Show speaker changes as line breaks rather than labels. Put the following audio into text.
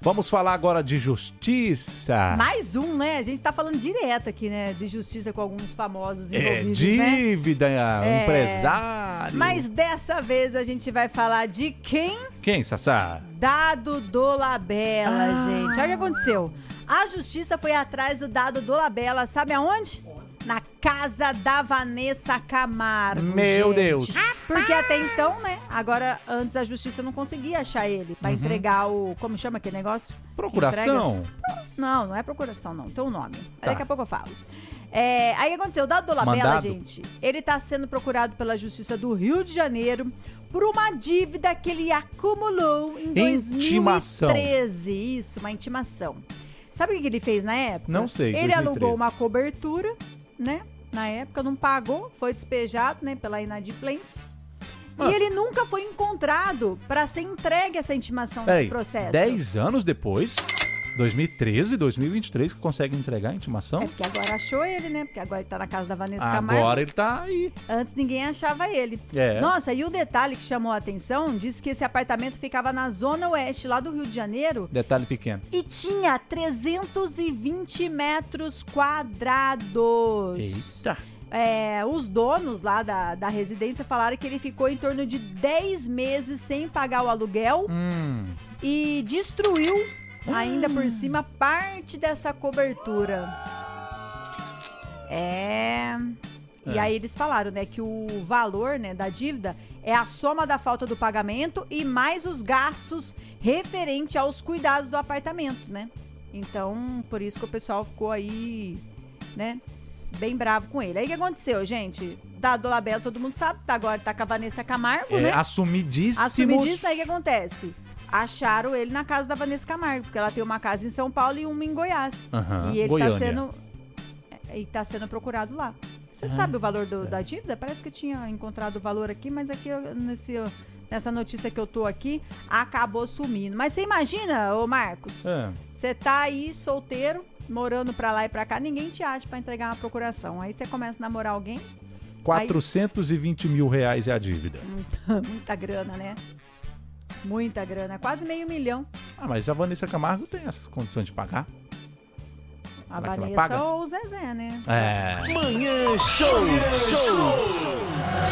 Vamos falar agora de justiça.
Mais um, né? A gente tá falando direto aqui, né? De justiça com alguns famosos
É,
envolvidos, né?
dívida,
É.
empresário.
Mas dessa vez a gente vai falar de quem?
Quem, Sassá?
Dado Dolabella,
Ah.
gente. Olha o que aconteceu. A justiça foi atrás do Dado Dolabella, sabe aonde? Na casa da Vanessa Camargo.
Meu
gente.
Deus.
Porque até então, né? Agora, antes a justiça não conseguia achar ele
Uhum.
pra entregar o. Como chama aquele negócio?
Procuração.
Não, não é procuração, não. Tem o nome. Mas
Tá.
Daqui a pouco eu falo. É, aí o que aconteceu, o Dado Dolabella,
Mandado?
gente, ele tá sendo procurado pela Justiça do Rio de Janeiro por uma dívida que ele acumulou em
Intimação.
2013. Isso, uma intimação. Sabe o que que ele fez na época?
Não sei,
Ele
2013.
alugou uma cobertura, né? Na época, não pagou, foi despejado, né? Pela inadimplência.
Ah.
E ele nunca foi encontrado para ser entregue essa intimação
Peraí,
do processo.
10 anos depois, 2013, 2023, que consegue entregar a intimação?
É porque agora achou ele, né? Porque agora ele tá na casa da Vanessa Camargo.
Então? Agora ele tá aí.
Antes ninguém achava ele.
É.
Nossa, e o detalhe que chamou a atenção, disse que esse apartamento ficava na zona oeste lá do Rio de Janeiro
Detalhe pequeno.
e tinha 320 metros quadrados.
Eita.
É, os donos lá da, da residência falaram que ele ficou em torno de 10 meses sem pagar o aluguel
Hum.
e destruiu, ainda por cima, parte dessa cobertura. É. E
É.
aí eles falaram, né, que o valor, né, da dívida é a soma da falta do pagamento e mais os gastos referente aos cuidados do apartamento, né? Então, por isso que o pessoal ficou aí, né, bem bravo com ele. Aí o que aconteceu, gente? Da Dolabella, todo mundo sabe, tá agora tá com a Vanessa Camargo,
É,
né?
Assumidíssimos.
Assumindo isso, aí o que acontece? Acharam ele na casa da Vanessa Camargo, porque ela tem uma casa em São Paulo e uma em Goiás.
Aham,
e ele
Ah, Goiânia.
tá sendo. E tá sendo procurado lá. Você sabe o valor do- da dívida? Parece que eu tinha encontrado o valor aqui, mas aqui eu- nesse, nessa notícia que eu tô aqui, acabou sumindo. Mas você imagina, ô Marcos,
É.
você tá aí solteiro, morando pra lá e pra cá, ninguém te acha pra entregar uma procuração. Aí você começa a namorar alguém,
420 mil reais é a dívida.
Hum. muita grana, né? Muita grana, quase meio milhão.
Ah, mas a Vanessa Camargo tem essas condições de pagar.
A
Será que ela
Vanessa
paga?
É. ou o Zezé, né?
É.
Manhã Show. Show.